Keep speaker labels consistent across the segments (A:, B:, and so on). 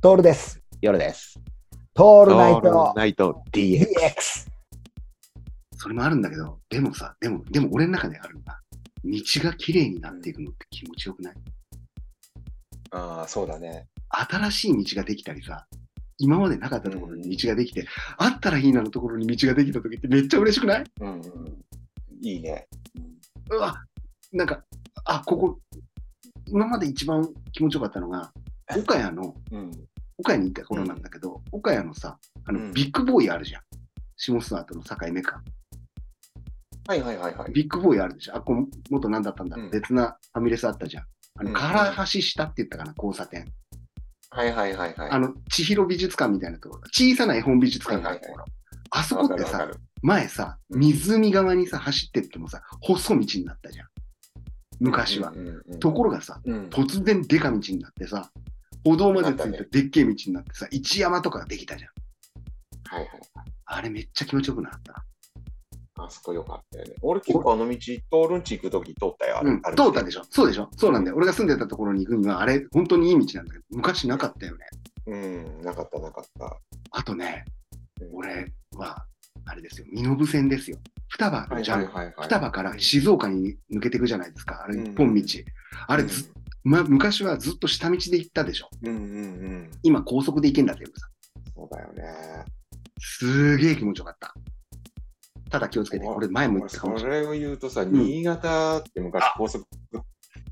A: トールです。
B: 夜です。
A: ト
B: オ
A: ールナイト
B: ナイト DX。
A: DX。
C: それもあるんだけど、でもさ、でも、でも俺の中であるんだ。道が綺麗になっていくのって気持ちよくない
B: ああ、そうだね。
C: 新しい道ができたりさ、今までなかったところに道ができて、あったらいいなのところに道ができた時ってめっちゃ嬉しくない
B: うん、うん。いいね。
C: うわ、なんか、あ、ここ、今まで一番気持ちよかったのが、岡谷の、
B: うん。
C: 岡谷に行った頃なんだけど、岡谷のさ、あの、
B: うん
C: ビッグボーイあるじゃん。下諏訪との境目か。
B: はいはいはいはい。
C: ビッグボーイあるでしょ。あ、こ元何だったんだ、
B: うん
C: 別なファミレスあったじゃん。あ
B: う
C: の、
B: ん
C: 唐橋下って言ったかな、交差点。
B: はいはいはいはい。
C: あの、千尋美術館みたいなところ。小さな絵本美術館があるところ。あそこって
B: わか
C: さ
B: る、わかる
C: 前さ、湖側にさ、走ってってもさ、細道になったじゃん。昔は。
B: うんうんうん
C: ところがさ、
B: うん
C: 突然でか道になってさ、歩道までつ
B: ないんか
C: て
B: ね
C: でっけえ道になってさ、一山とかができたじゃん。
B: はいはい。
C: あれめっちゃ気持ちよくなかった。
B: あそこよかったよね。俺結構あの道、通るんち行くとき通ったよ。あれ
C: うん、
B: あれ
C: 通ったでしょそうでしょそうなんだよ。俺が住んでたところに行くには、あれ本当にいい道なんだけど、昔なかったよね。
B: うん、なかったなかった。
C: あとね、
B: うん
C: 俺は、あれですよ、身延線ですよ。双葉あるじゃん。
B: はいはい
C: 双葉から静岡に抜けていくじゃないですか。あれ一本道。あれず、ま、昔はずっと下道で行ったでしょ。
B: うんうんうん。
C: 今高速で行けんだってさ。
B: そうだよね。
C: すーげえ気持ちよかった。ただ気をつけて、
B: お
C: 俺前も言ったか
B: そ
C: もしれない。
B: れを言うとさ、
C: ん
B: 新潟って昔高速、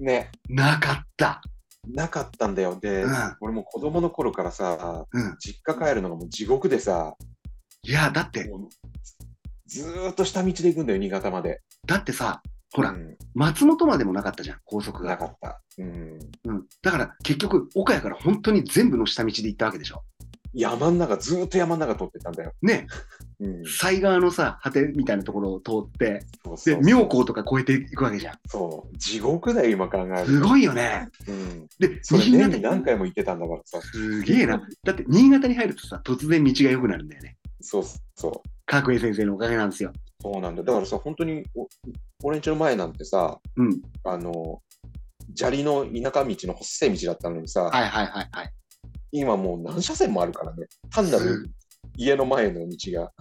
B: ね、
C: なかった。
B: なかったんだよ。で、
C: うん
B: 俺も子供の頃からさ、
C: うん。
B: 実家帰るのがもう地獄でさ、
C: いや、だって、
B: もうずずーっと下道で行くんだよ、新潟まで。
C: だってさ、ほら、
B: うん
C: 松本までもなかったじゃん、高速
B: な
C: が。
B: かった。うん。
C: うん。だから、結局、岡谷から本当に全部の下道で行ったわけでしょ。
B: 山ん中、ずーっと山ん中通ってたんだよ。
C: ね、
B: うん。
C: 西側のさ、果てみたいなところを通って、
B: そうそう
C: で、
B: そう
C: 妙高とか越えていくわけじゃん。
B: そう。地獄だよ、今考えると。
C: すごいよね。
B: うん。
C: で、
B: それ
C: 新潟
B: 年に何回も行ってたんだからさ。
C: すげえな。だって、新潟に入るとさ、突然道が良くなるんだよね。
B: そうそう。
C: 角栄先生のおかげなんですよ。
B: そうなんだ。だからさ、本当に、お俺んちの前なんてさ、
C: うん。
B: あの、砂利の田舎道の細い道だったのにさ、
C: はいはいはいはい。
B: 今もう何車線もあるからね。単なる家の前の道が。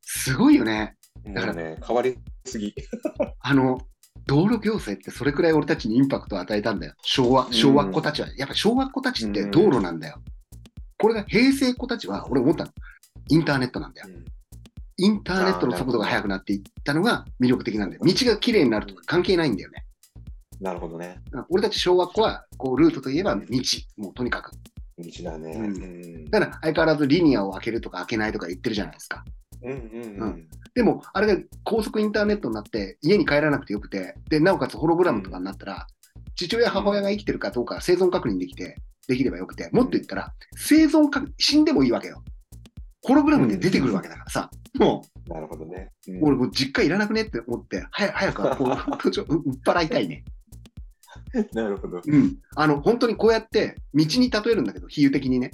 C: すごいよね。だか
B: も
C: ら
B: うね、変わりすぎ。
C: あの、道路行政ってそれくらい俺たちにインパクトを与えたんだよ。昭和、昭和っ子たちは。やっぱ昭和っ子たちって道路なんだよ。これが平成っ子たちは、俺思ったの。インターネットなんだよ。インターネットの速度が速くなっていったのが魅力的なんだよ。道が綺麗になるとか関係ないんだよね。
B: なるほどね。
C: うん俺たち昭和っ子は、こう、ルートといえば道。もうとにかく。
B: 道だね。
C: うん
B: うん
C: だから相変わらずリニアを開けるとか開けないとか言ってるじゃないですか。
B: うんうん
C: う
B: うん。
C: でも、あれが高速インターネットになって、家に帰らなくてよくて、で、なおかつホログラムとかになったら、父親、母親が生きてるかどうか生存確認できて、できればよくて、もっと言ったら、生存確認、死んでもいいわけよ。ホログラムで出てくるわけだからさ、も
B: なるほどね。
C: う、俺もう実家いらなくねって思って、早早く、こう、 途中、う売っ払いたいね。
B: なるほど。
C: うん。あの、本当にこうやって、道に例えるんだけど、比喩的にね、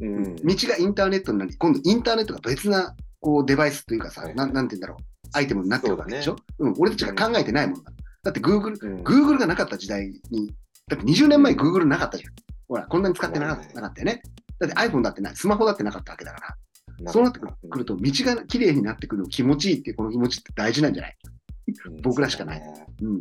B: うん
C: 道がインターネットになり、今度インターネットが別な、こう、デバイスというかさ、
B: はい
C: ななんて言うんだろう。アイテムになってるわけでしょ、
B: そう
C: うん、俺たちが考えてないもんだ。だって Google、
B: うん
C: Google がなかった時代に、だって20年前 Google なかったじゃん。ほら、こんなに使ってな
B: そう
C: か
B: だ
C: っ
B: ね
C: たなかったよね。だって iPhone だってない、スマホだってなかったわけだから。
B: なるほど
C: そうなってくるくると、道が綺麗になってくるの気持ちいいって、この気持ちって大事なんじゃない
B: うん
C: 僕らしかない
B: そうだね
C: うん。